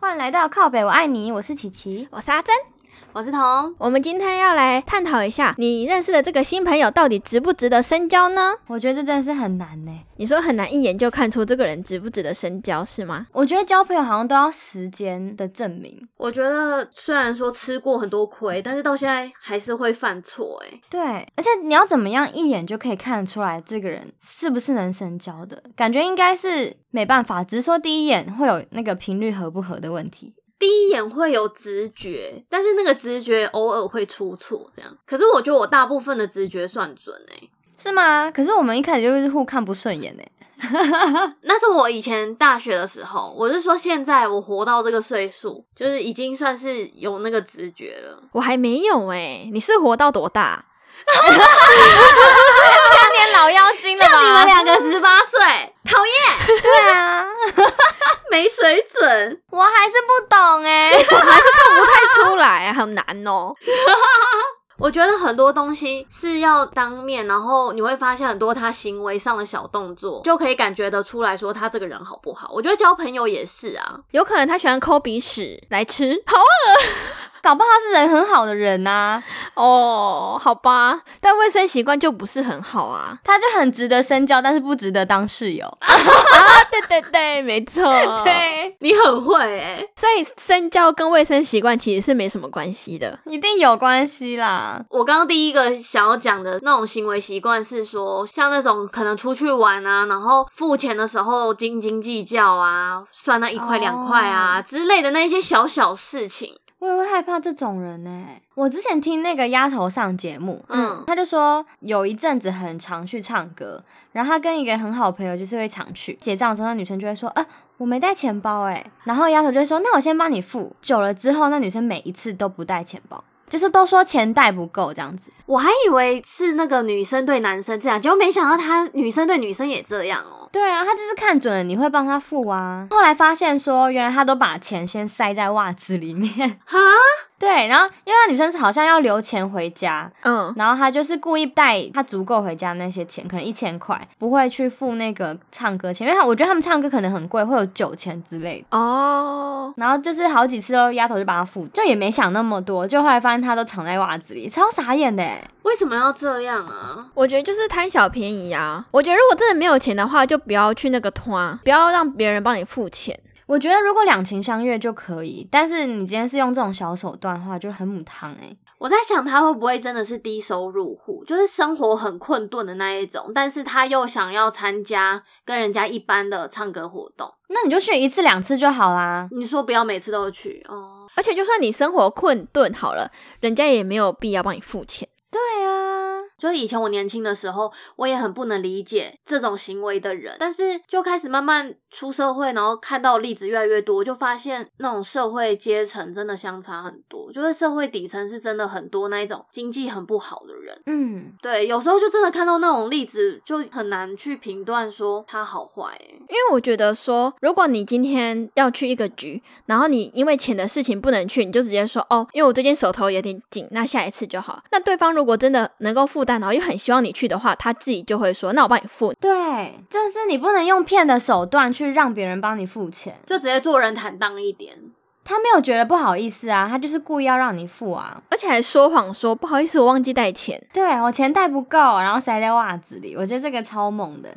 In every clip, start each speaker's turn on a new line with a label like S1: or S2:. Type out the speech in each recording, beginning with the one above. S1: 欢迎来到靠北，我爱你，我是琪琪。
S2: 我是阿珍，
S3: 我是彤，
S2: 我们今天要来探讨一下，你认识的这个新朋友到底值不值得深交呢？
S1: 我觉得这真的是很难呢。
S2: 你说很难一眼就看出这个人值不值得深交是吗？
S1: 我觉得交朋友好像都要时间的证明。
S3: 我觉得虽然说吃过很多亏，但是到现在还是会犯错、欸。哎，
S1: 对，而且你要怎么样一眼就可以看得出来这个人是不是能深交的？感觉应该是没办法，只是说第一眼会有那个频率合不合的问题。
S3: 第一眼会有直觉，但是那个直觉偶尔会出错，这样。可是我觉得我大部分的直觉算准、欸，哎，
S1: 是吗？可是我们一开始就是互看不顺眼呢。
S3: 那是我以前大学的时候，我是说现在我活到这个岁数，就是已经算是有那个直觉了。
S2: 我还没有哎、你是活到多 大？
S1: 当年老妖精了
S3: 就你们
S1: 俩，
S3: 两个十八岁，讨厌，
S1: 对啊，
S3: 没水准。
S1: 我还是不懂哎。
S2: 我还是看不太出来，很难哦。
S3: 我觉得很多东西是要当面，然后你会发现很多他行为上的小动作，就可以感觉得出来说他这个人好不好。我觉得交朋友也是啊，
S2: 有可能他喜欢抠鼻屎来吃。好
S1: 搞不好他是人很好的人啊呐、
S2: 哦，好吧，但卫生习惯就不是很好啊。
S1: 他就很值得深交，但是不值得当室友。
S2: 啊， 对对 对，没错。，
S1: 对，
S3: 你很会欸诶、
S2: 所以身教跟卫生习惯其实是没什么关系的。
S1: 一定有关系啦。
S3: 我刚刚第一个想要讲的那种行为习惯是说，像那种可能出去玩啊，然后付钱的时候斤斤计较啊，算那一块
S1: 哦
S3: 两块啊、之类的那些小小事情。
S1: 我也会害怕这种人呢、欸我之前听那个丫头上节目，
S3: 嗯
S1: 她就说有一阵子很常去唱歌，然后她跟一个很好的朋友就是会常去结账的时候，那女生就会说，啊，我没带钱包哎、然后丫头就会说，那我先帮你付。久了之后，那女生每一次都不带钱包，就是都说钱带不够这样子。
S3: 我还以为是那个女生对男生这样，结果没想到他女生对女生也这样哦、
S1: 对啊，他就是看准了你会帮他付啊。后来发现说，原来他都把钱先塞在袜子里面。
S3: 哈，
S1: 对，然后因为那女生好像要留钱回家，
S2: 嗯，
S1: 然后他就是故意带他足够回家那些钱，可能一千块，不会去付那个唱歌钱，因为他我觉得他们唱歌可能很贵，会有酒钱之类的。
S2: 哦，
S1: 然后就是好几次都丫头就把他付，就也没想那么多，就后来发现他都藏在袜子里，超傻眼的欸。
S3: 为什么要这样啊？
S2: 我觉得就是贪小便宜啊。我觉得如果真的没有钱的话，就不要去那个团，不要让别人帮你付钱。
S1: 我觉得如果两情相悦就可以，但是你今天是用这种小手段的话，就很母汤哎、
S3: 我在想他会不会真的是低收入户，就是生活很困顿的那一种，但是他又想要参加跟人家一般的唱歌活动。
S1: 那你就去一次两次就好啦。
S3: 你说不要每次都去哦，
S2: 而且就算你生活困顿好了，人家也没有必要帮你付钱。
S1: 对啊，
S3: 就是以前我年轻的时候，我也很不能理解这种行为的人，但是就开始慢慢出社会，然后看到例子越来越多，就发现那种社会阶层真的相差很多，就是社会底层是真的很多那一种经济很不好的人。
S1: 嗯，
S3: 对，有时候就真的看到那种例子，就很难去评断说他好坏、欸。
S2: 因为我觉得说，如果你今天要去一个局，然后你因为钱的事情不能去，你就直接说哦，因为我最近手头有点紧，那下一次就好。那对方如果真的能够负担，然后又很希望你去的话，他自己就会说，那我帮你付。
S1: 对，就是你不能用骗的手段去让别人帮你付钱，
S3: 就直接做人坦荡一点。
S1: 他没有觉得不好意思啊，他就是故意要让你付啊。
S2: 而且还说谎说不好意思，我忘记带钱。
S1: 对我钱带不够，然后塞在袜子里，我觉得这个超猛的，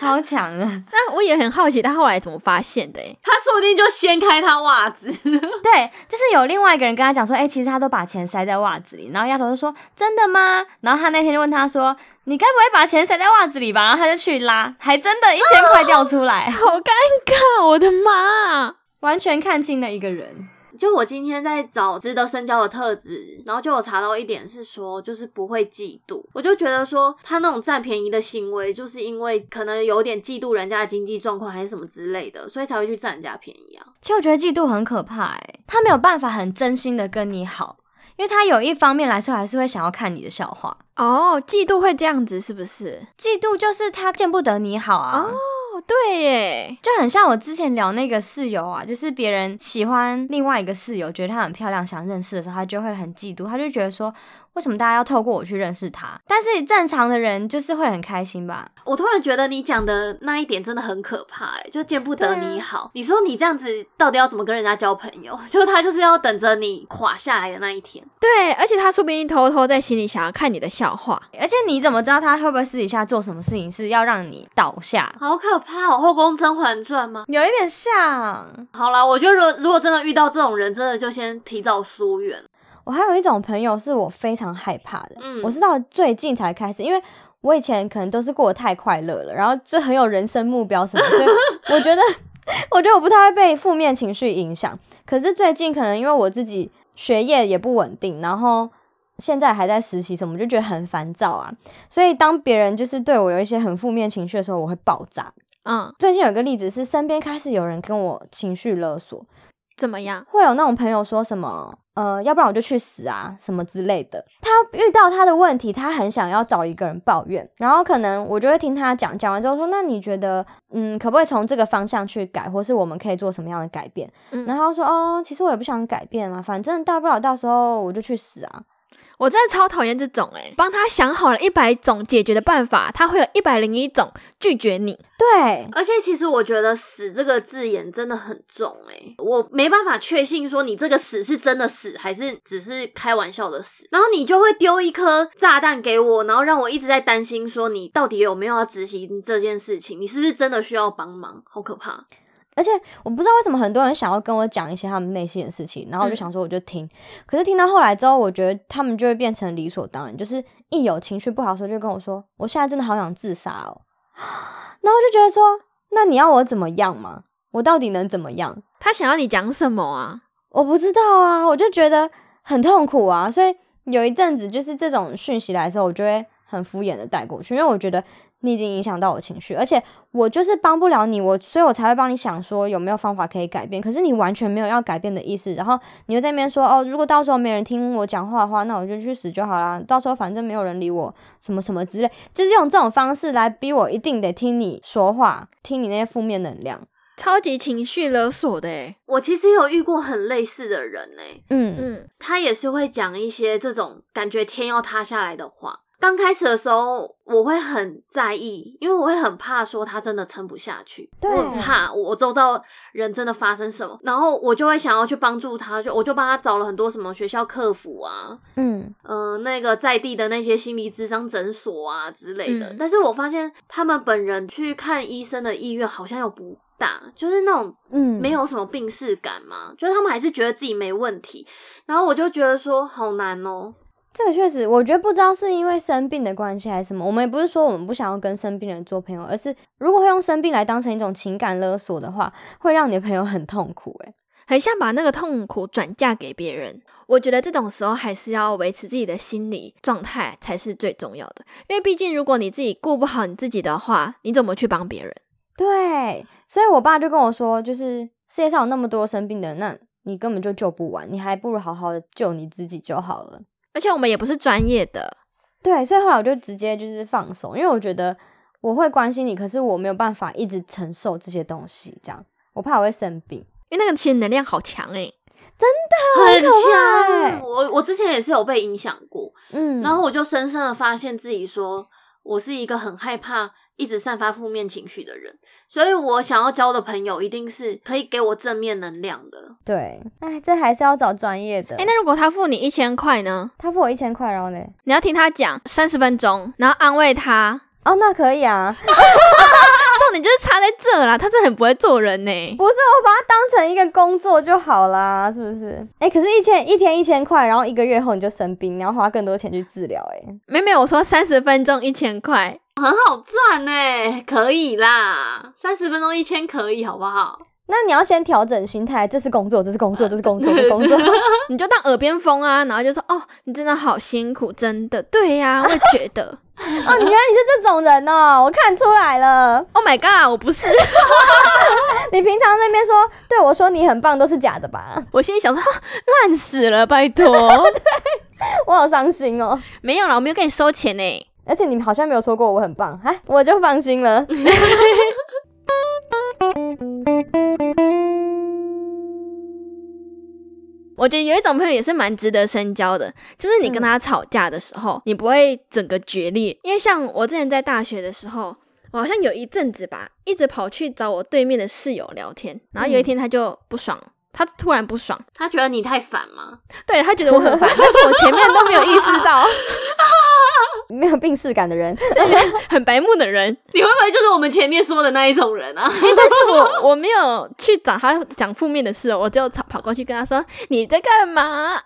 S1: 超强的。
S2: 那我也很好奇他后来怎么发现的、欸，
S3: 他说不定就掀开他袜子，
S1: 对，就是有另外一个人跟他讲说，哎、其实他都把钱塞在袜子里，然后丫头就说真的吗？然后他那天就问他说，你该不会把钱塞在袜子里吧？然后他就去拉，还真的一千块掉出来，
S2: 好尴尬，我的妈！
S1: 完全看清了一个人。
S3: 就我今天在找值得深交的特质，然后就有查到一点是说，就是不会嫉妒。我就觉得说，他那种占便宜的行为，就是因为可能有点嫉妒人家的经济状况还是什么之类的，所以才会去占人家便宜啊。
S1: 其实我觉得嫉妒很可怕、欸，他没有办法很真心的跟你好，因为他有一方面来说还是会想要看你的笑话。
S2: 哦，嫉妒会这样子是不是？
S1: 嫉妒就是他见不得你好啊，
S2: 哦哦，对耶，
S1: 就很像我之前聊那个室友啊，就是别人喜欢另外一个室友，觉得她很漂亮，想认识的时候，他就会很嫉妒，他就觉得说为什么大家要透过我去认识他？但是正常的人就是会很开心吧？
S3: 我突然觉得你讲的那一点真的很可怕、欸，就见不得你好。
S1: 啊
S3: 你说你这样子到底要怎么跟人家交朋友？ 就他就是要等着你垮下来的那一天。
S2: 对，而且他说不定偷偷在心里想要看你的笑话。
S1: 而且你怎么知道他会不会私底下做什么事情是要让你倒下？
S3: 好可怕、哦！后宫甄嬛传吗？
S1: 有一点像。
S3: 好啦，我觉得如果如果真的遇到这种人，真的就先提早疏远。
S1: 我还有一种朋友是我非常害怕的，
S3: 嗯
S1: 我是到最近才开始，因为我以前可能都是过得太快乐了，然后就很有人生目标什么，所以我觉得，我觉得我不太会被负面情绪影响。可是最近可能因为我自己学业也不稳定，然后现在还在实习什么，就觉得很烦躁啊。所以当别人就是对我有一些很负面情绪的时候，我会爆炸。
S2: 嗯，
S1: 最近有一个例子是，身边开始有人跟我情绪勒索，
S2: 怎么样？
S1: 会有那种朋友说什么，呃，要不然我就去死啊，什么之类的。他遇到他的问题，他很想要找一个人抱怨，然后可能我就会听他讲，讲完之后说，那你觉得，嗯，可不可以从这个方向去改，或是我们可以做什么样的改变？
S2: 嗯
S1: 然后他说，哦，其实我也不想改变嘛，反正大不了到时候我就去死啊。
S2: 我真的超讨厌这种哎、帮他想好了一百种解决的办法，他会有一百零一种拒绝你。
S1: 对，
S3: 而且其实我觉得“死”这个字眼真的很重诶、我没办法确信说你这个死是真的死还是只是开玩笑的死，然后你就会丢一颗炸弹给我，然后让我一直在担心说你到底有没有要执行这件事情，你是不是真的需要帮忙？好可怕！
S1: 而且我不知道为什么很多人想要跟我讲一些他们内心的事情，然后我就
S2: 嗯
S1: 想说我就听，可是听到后来之后，我觉得他们就会变成理所当然，就是一有情绪不好的时候就跟我说，我现在真的好想自杀哦，然后我就觉得说，那你要我怎么样嘛？我到底能怎么样？
S2: 他想要你讲什么啊？
S1: 我不知道啊，我就觉得很痛苦啊，所以有一阵子就是这种讯息来的时候，我就会很敷衍的带过去，因为我觉得你已经影响到我情绪，而且我就是帮不了你，我所以我才会帮你想说有没有方法可以改变，可是你完全没有要改变的意思，然后你又在那边说哦，如果到时候没人听我讲话的话，那我就去死就好啦，到时候反正没有人理我，什么什么之类，就是用这种方式来逼我一定得听你说话，听你那些负面能量，
S2: 超级情绪勒索的哎、
S3: 我其实有遇过很类似的人诶、
S1: 嗯
S2: 嗯，
S3: 他也是会讲一些这种感觉天要塌下来的话。刚开始的时候，我会很在意，因为我会很怕说他真的撑不下去，
S1: 对
S3: 我很嗯怕我周遭人真的发生什么，然后我就会想要去帮助他，就我就帮他找了很多什么学校客服啊，
S1: 嗯，
S3: 嗯、那个在地的那些心理咨商诊所啊之类的。
S2: 嗯
S3: 但是我发现他们本人去看医生的意愿好像又不大，就是那种
S1: 嗯，
S3: 没有什么病逝感嘛，就是他们还是觉得自己没问题。然后我就觉得说好难哦、
S1: 这个确实，我觉得不知道是因为生病的关系还是什么，我们也不是说我们不想要跟生病人做朋友，而是如果会用生病来当成一种情感勒索的话，会让你的朋友很痛苦、欸。
S2: 很像把那个痛苦转嫁给别人。我觉得这种时候还是要维持自己的心理状态才是最重要的，因为毕竟如果你自己顾不好你自己的话，你怎么去帮别人？
S1: 对，所以我爸就跟我说，就是世界上有那么多生病的人，那你根本就救不完，你还不如好好的救你自己就好了。
S2: 而且我们也不是专业的，
S1: 对，所以后来我就直接就是放手，因为我觉得我会关心你，可是我没有办法一直承受这些东西，这样我怕我会生病。
S2: 因为那个其实能量好强欸诶、
S3: 很
S1: 可怕欸
S3: 强。我我之前也是有被影响过，
S1: 嗯，
S3: 然后我就深深的发现自己说，我是一个很害怕一直散发负面情绪的人，所以我想要交的朋友一定是可以给我正面能量的。
S1: 对，哎，这还是要找专业的。
S2: 哎、那如果他付你一千块呢？
S1: 他付我一千块，然后呢？
S2: 你要听他讲三十分钟，然后安慰他。
S1: 哦，那可以啊，
S2: 重点就是差在这啦，他真的很不会做人欸呢、
S1: 不是我把它当成一个工作就好啦，是不是？哎、可是一千一天一千块，然后一个月后你就生病，你要花更多钱去治疗、哎，
S2: 没没有，我说三十分钟一千块，
S3: 好赚呢、可以啦，三十分钟一千可以，好不好？
S1: 那你要先调整心态，这是工作，这是工作，这是工作，这是工作。 哦
S2: 你就当耳边风啊，然后就说哦，你真的好辛苦，真的，对呀、我也觉得
S1: 哦，你原来你是这种人哦，我看出来了。
S2: ，Oh my god，我不是，
S1: 你平常那边说对我说你很棒都是假的吧？
S2: 我心里想说哈烂死了，拜托，
S1: 我好伤心哦。
S2: 没有啦，我没有跟你收钱呢、
S1: 而且你好像没有说过我很棒，哎，我就放心了。
S2: 我觉得有一种朋友也是蛮值得深交的，就是你跟他吵架的时候，你不会整个决裂。因为像我之前在大学的时候，我好像有一阵子吧，一直跑去找我对面的室友聊天，然后有一天他就不爽，他突然不爽，
S3: 他觉得你太烦吗？
S2: 对他觉得我很烦，但是我前面都没有 意识到，
S1: 没有病逝感的人，
S2: 很白目的人，
S3: 你会不会就是我们前面说的那一种人啊？
S2: 欸但是我我没有去找他讲负面的事哦，我就跑跑过去跟他说你在干嘛？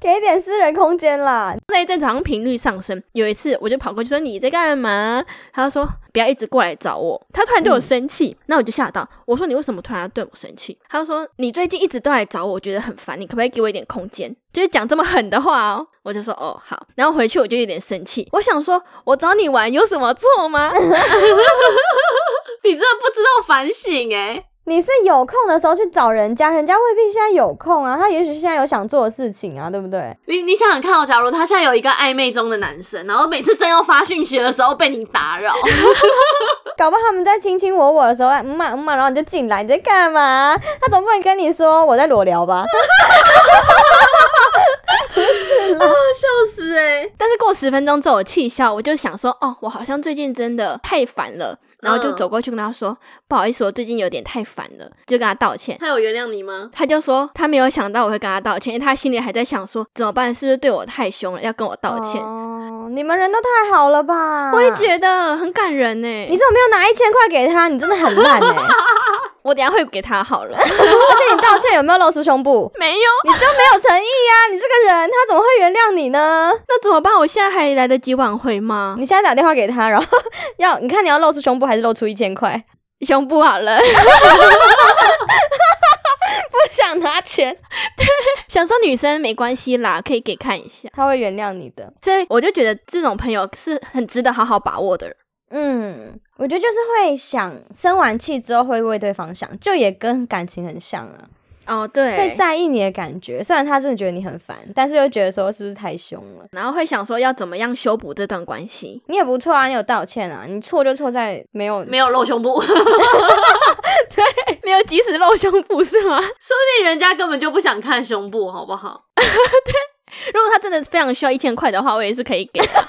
S1: 给一点私人空间啦。
S2: 那一阵子好像频率上升，有一次我就跑过去说你在干嘛？他就说不要一直过来找我。他突然对我生气，那、我就吓到，我说你为什么突然要对我生气？他就说你最近一直都来找我，我觉得很烦，你可不可以给我一点空间？就是讲这么狠的话哦，我就说哦好，然后回去我就有点生气，我想说我找你玩有什么错吗？
S3: 你真的不知道反省哎、
S1: 你是有空的时候去找人家，人家未必现在有空啊，他也许现在有想做的事情啊，对不对？
S3: 你你想想看哦，假如他现在有一个暧昧中的男生，然后每次正要发讯息的时候被你打 扰，
S1: 搞不好他们在卿卿我我的时候，哎嗯嘛嗯嘛，然后你就进来，你在干嘛？他总不能跟你说我在裸聊吧？
S3: 笑死哎、
S2: 但是过十分钟之后，我气消，我就想说，哦，我好像最近真的太烦了，然后就
S3: 嗯
S2: 走过去跟他说，不好意思，我最近有点太烦了，就跟他道歉。
S3: 他有原谅你吗？
S2: 他就说他没有想到我会跟他道歉，因为他心里还在想说怎么办，是不是对我太凶了，要跟我道歉。
S1: 哦，你们人都太好了吧？
S2: 我也觉得很感人呢，
S1: 你怎么没有拿一千块给他？你真的很烂哎、
S2: 我等一下会给他好了。
S1: 而且你道歉有没有露出胸部？
S2: 没有，
S1: 你就没有诚意呀、你这个人，他怎么会原谅你呢？
S2: 那怎么办？我现在还来得及挽回吗？
S1: 你现在打电话给他，然后 要你看你要露出胸部还是露出一千块？
S2: 胸部好 了，
S1: 不想拿钱，
S2: 想说女生没关系啦，可以给看一下。
S1: 他会原谅你的。
S2: 所以我就觉得这种朋友是很值得好好把握的人。
S1: 嗯，我觉得就是会想生完气之后会为对方想，就也跟感情很像啊，
S2: 哦，对
S1: 会在意你的感觉。虽然他真的觉得你很烦，但是又觉得说是不是太凶了？
S2: 然后会想说要怎么样修补这段关系。
S1: 你也不错啊，你有道歉啊，你错就错在没有
S3: 没有露胸部，说
S2: 没有及时露胸部是吗？
S3: 不定人家根本就不想看胸部，好不好？
S2: 如果他真的非常需要一千块的话，我也是可以给。
S1: 他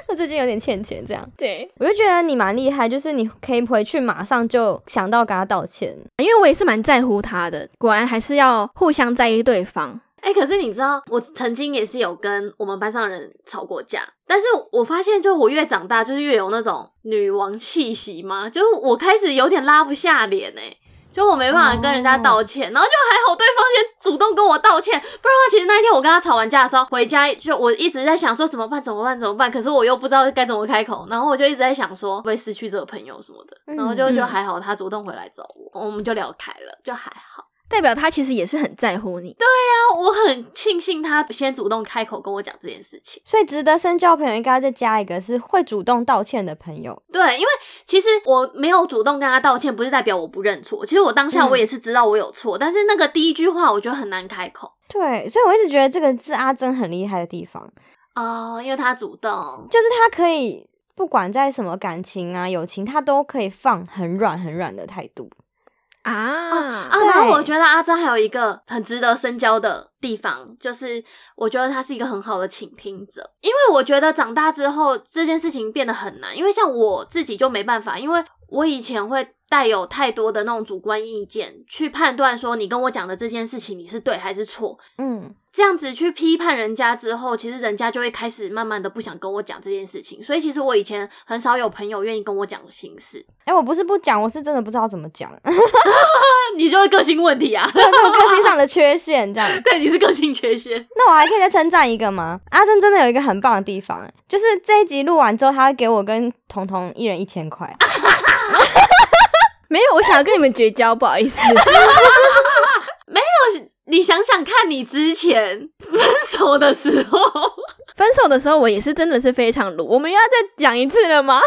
S1: 最近有点欠钱这样。
S2: 对，
S1: 我就觉得你蛮厉害，就是你可以回去马上就想到跟他道歉。
S2: 因为我也是蛮在乎他的，果然还是要互相在意对方。
S3: 哎、可是你知道，我曾经也是有跟我们班上人吵过架，但是我发现，就我越长大，就是越有那种女王气息嘛，就是我开始有点拉不下脸哎、就我没办法跟人家道歉然后就还好对方先主动跟我道歉，不然的话，其实那一天我跟他吵完架的时候，回家就我一直在想说怎么办，怎么办，怎么办，可是我又不知道该怎么开口，然后我就一直在想说会不会失去这个朋友什么的，然后就
S2: 嗯
S3: 就还好他主动回来找我，我们就聊开了，就还好。
S2: 代表他其实也是很在乎你。
S3: 哦我很庆幸他先主动开口跟我讲这件事情。
S1: 所以值得深交的朋友应该再加一个是会主动道歉的朋友。
S3: 对，因为其实我没有主动跟他道歉，不是代表我不认错。其实我当下
S2: 嗯
S3: 我也是知道我有错，但是那个第一句话我觉得很难开口
S1: 对，所以我一直觉得这个是阿珍很厉害的地方，
S3: 哦，因为他主动。
S1: 就是她可以不管在什么感情啊、友情，她都可以放很软很软的态度。
S2: 啊
S3: 啊，
S1: 对
S3: 然后我觉得阿张还有一个很值得深交的地方，就是我觉得他是一个很好的倾听者，因为我觉得长大之后这件事情变得很难，因为像我自己就没办法，因为我以前会带有太多的那种主观意见去判断说你跟我讲的这件事情你是对还是错，
S1: 嗯，
S3: 这样子去批判人家之后，其实人家就会开始慢慢的不想跟我讲这件事情，所以其实我以前很少有朋友愿意跟我讲心事，
S1: 哎、我不是不讲，我是真的不知道怎么讲， 这
S3: 那你就是个性问题啊，
S1: 是我个性上的缺陷这样。
S3: 对，你是个性缺陷。
S1: 那我还可以再称赞一个吗？阿珍真的有一个很棒的地方，就是这一集录完之后，她会给我跟彤彤一人一千块。
S2: 没有，我想要跟你们绝交，不好意思。
S3: 你想想看，你之前分手的时候，
S2: 分手的时候，我也是真的是非常鲁。我们又要再讲一次了吗？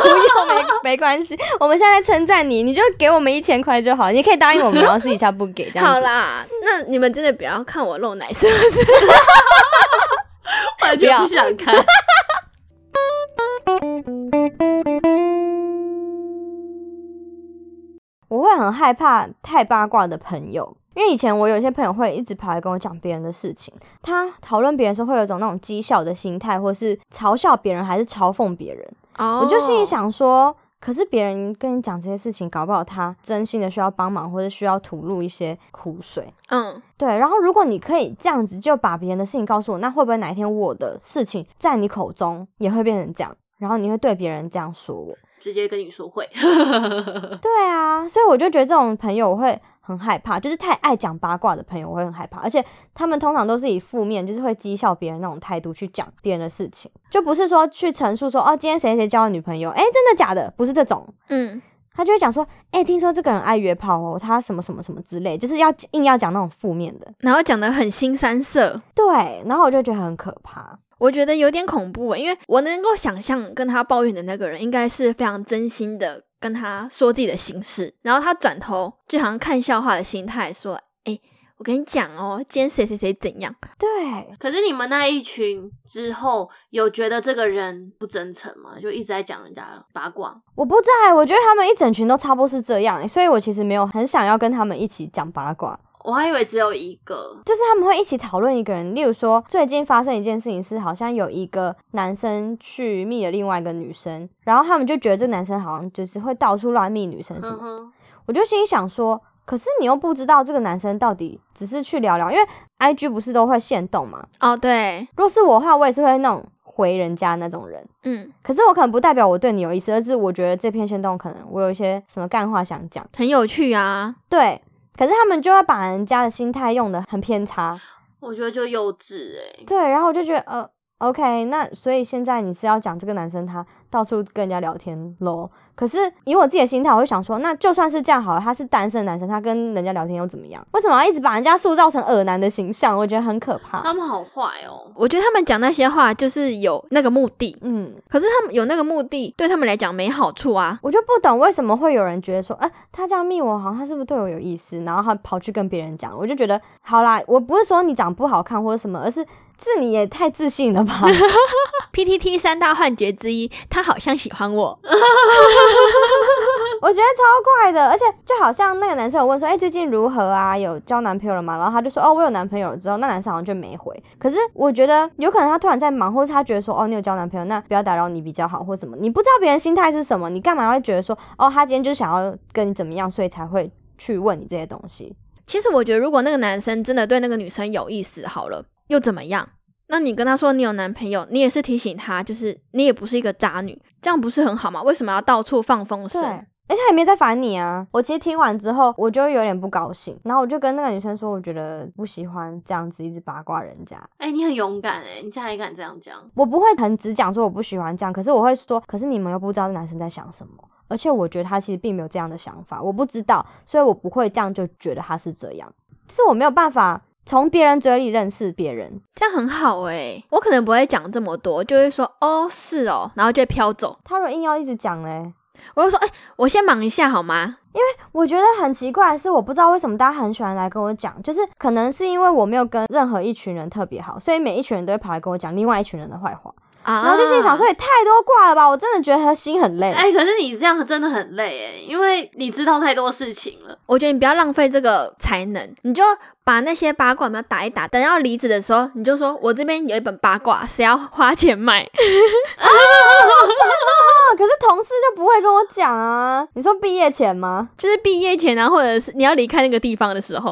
S1: 不用，没 没关系，我们现在称赞你，你就给我们一千块就好，你可以答应我们，然后私底下不给这样子。
S2: 好啦，那你们真的不要看我露奶，是不是？
S3: 完
S1: 全
S3: 全
S1: 不
S3: 不想看。
S1: 我会很很害怕太八卦的朋友，因为以前我有些朋友会一直跑来跟我讲别人的事情，他讨论别人的时候会有一种那种讥笑的心态，或是嘲笑别人还是嘲讽别人。
S2: 哦
S1: 我就心里，想说，可是别人跟你讲这些事情，搞不好他真心的需要帮忙，或者需要吐露一些苦水。
S2: 嗯，
S1: 对，然后如果你可以这样子就把别人的事情告诉我，那会不会哪一天我的事情在你口中也会变成这样？然后你会对别人这样说我？
S3: 直接跟你说会。
S1: 对啊，所以我就觉得这种朋友我会很害怕，就是太爱讲八卦的朋友我会很害怕，而且他们通常都是以负面，就是会讥笑别人那种态度去讲别人的事情，就不是说去陈述说哦，今天谁谁交了女朋友，哎，真的假的？不是这种，
S2: 嗯，
S1: 他就会讲说，哎、听说这个人爱约炮哦，他什么什么什么之类，就是要硬要讲那种负面的。
S2: 然后讲的很新三色，
S1: 对，然后我就觉得很可怕。
S2: 我觉得有点恐怖欸，因为我能够想象跟他抱怨的那个人应该是非常真心的跟他说自己的心事，然后他转头就好像看笑话的心态说：“哎、我跟你讲哦，今天谁谁谁怎样。
S1: 对，
S3: 可是你们那一群之后，有觉得这个人不真诚吗？就一直在讲人家八卦，
S1: 我不在，我觉得他们一整群都差不多是这样，欸所以我其实没有很想要跟他们一起讲八卦，
S3: 我还以为只有一个。
S1: 就是他们会一起讨论一个人，例如说最近发生一件事情是，好像有一个男生去密了另外一个女生，然后他们就觉得这个男生好像就是会到处乱密女生什么的
S3: 嗯哼，
S1: 我就心里想说，可是你又不知道这个男生到底只是去聊聊，因为 I G 不是都会限动嘛。”
S2: 哦，对，
S1: 如果是我的话，我也是会那种回人家那种人。
S2: 嗯，
S1: 可是我可能不代表我对你有意思，而是我觉得这篇限动可能我有一些什么干话想讲。
S2: 很有趣啊。
S1: 对，可是他们就会把人家的心态用的很偏差。
S3: 我觉得就幼稚哎、
S1: 对，然后我就觉得呃。OK，那所以现在你是要讲这个男生他到处跟人家聊天喽？可是以我自己的心态，我会想说，那就算是这样好了，他是单身的男生，他跟人家聊天又怎么样？为什么要一直把人家塑造成恶男的形象？我觉得很可怕。
S3: 他们好坏哦。
S2: 我觉得他们讲那些话就是有那个目的，
S1: 嗯，
S2: 可是他们有那个目的，对他们来讲没好处啊。
S1: 我就不懂为什么会有人觉得说，哎、他这样密我，好像他是不是对我有意思？然后他跑去跟别人讲，我就觉得，好啦，我不是说你长不好看或者什么，而是这你也太自信了吧？
S2: PTT 三大幻觉之一，他好像喜欢我。
S1: 我觉得超怪的，而且就好像那个男生有问说，哎、最近如何啊？有交男朋友了吗？然后他就说，哦，我有男朋友了。之后那男生好像就没回。可是我觉得有可能他突然在忙，或是他觉得说，哦，你有交男朋友，那不要打扰你比较好，或什么。你不知道别人心态是什么，你干嘛会觉得说，哦，他今天就是想要跟你怎么样，所以才会去问你这些东西？
S2: 其实我觉得，如果那个男生真的对那个女生有意思，好了，又怎么样？那你跟他说你有男朋友，你也是提醒他，就是你也不是一个渣女，这样不是很好吗？为什么要到处放风
S1: 对，
S2: 声？
S1: 而且他也没在烦你啊。我其实听完之后，我就有点不高兴，然后我就跟那个女生说，我觉得不喜欢这样子一直八卦人家。
S3: 哎、你很勇敢哎、你竟然也敢这样讲，
S1: 我不会很直讲说我不喜欢这样，可是我会说，可是你们又不知道这男生在想什么，而且我觉得他其实并没有这样的想法，我不知道，所以我不会这样就觉得他是这样，就是我没有办法从别人嘴里认识别人，
S2: 这样很好诶、我可能不会讲这么多，就会说哦是哦，然后就会飘走。
S1: 他如果硬要一直讲欸嘞。
S2: 我就说哎、我先忙一下好吗？
S1: 我觉得很奇怪的是，我不知道为什么大家很喜欢来跟我讲，就是可能是因为我没有跟任何一群人特别好，所以每一群人都会跑来跟我讲另外一群人的坏话，
S2: 啊，
S1: 然后就心里想说也太多挂了吧，我真的觉得心很累。
S3: 哎、可是你这样真的很累哎、因为你知道太多事情了。
S2: 我觉得你不要浪费这个才能，你就把那些八卦我们要打一打，等要离职的时候，你就说我这边有一本八卦，谁要花钱买？
S1: 啊可是同事就不会跟我讲啊，你说毕业前吗？
S2: 就是毕业前啊，或者是你要离开那个地方的时候，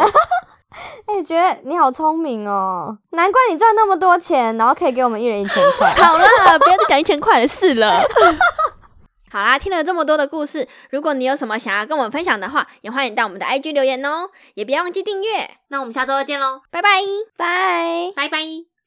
S1: 哎、觉得你好聪明哦，难怪你赚那么多钱，然后可以给我们一人一千块。
S2: 好啦，不要再讲一千块的事了。好啦，听了这么多的故事，如果你有什么想要跟我们分享的话，也欢迎到我们的 IG 留言哦，也别忘记订阅，
S3: 那我们下周再见喽，
S2: 拜拜。
S1: 拜。
S3: 拜拜。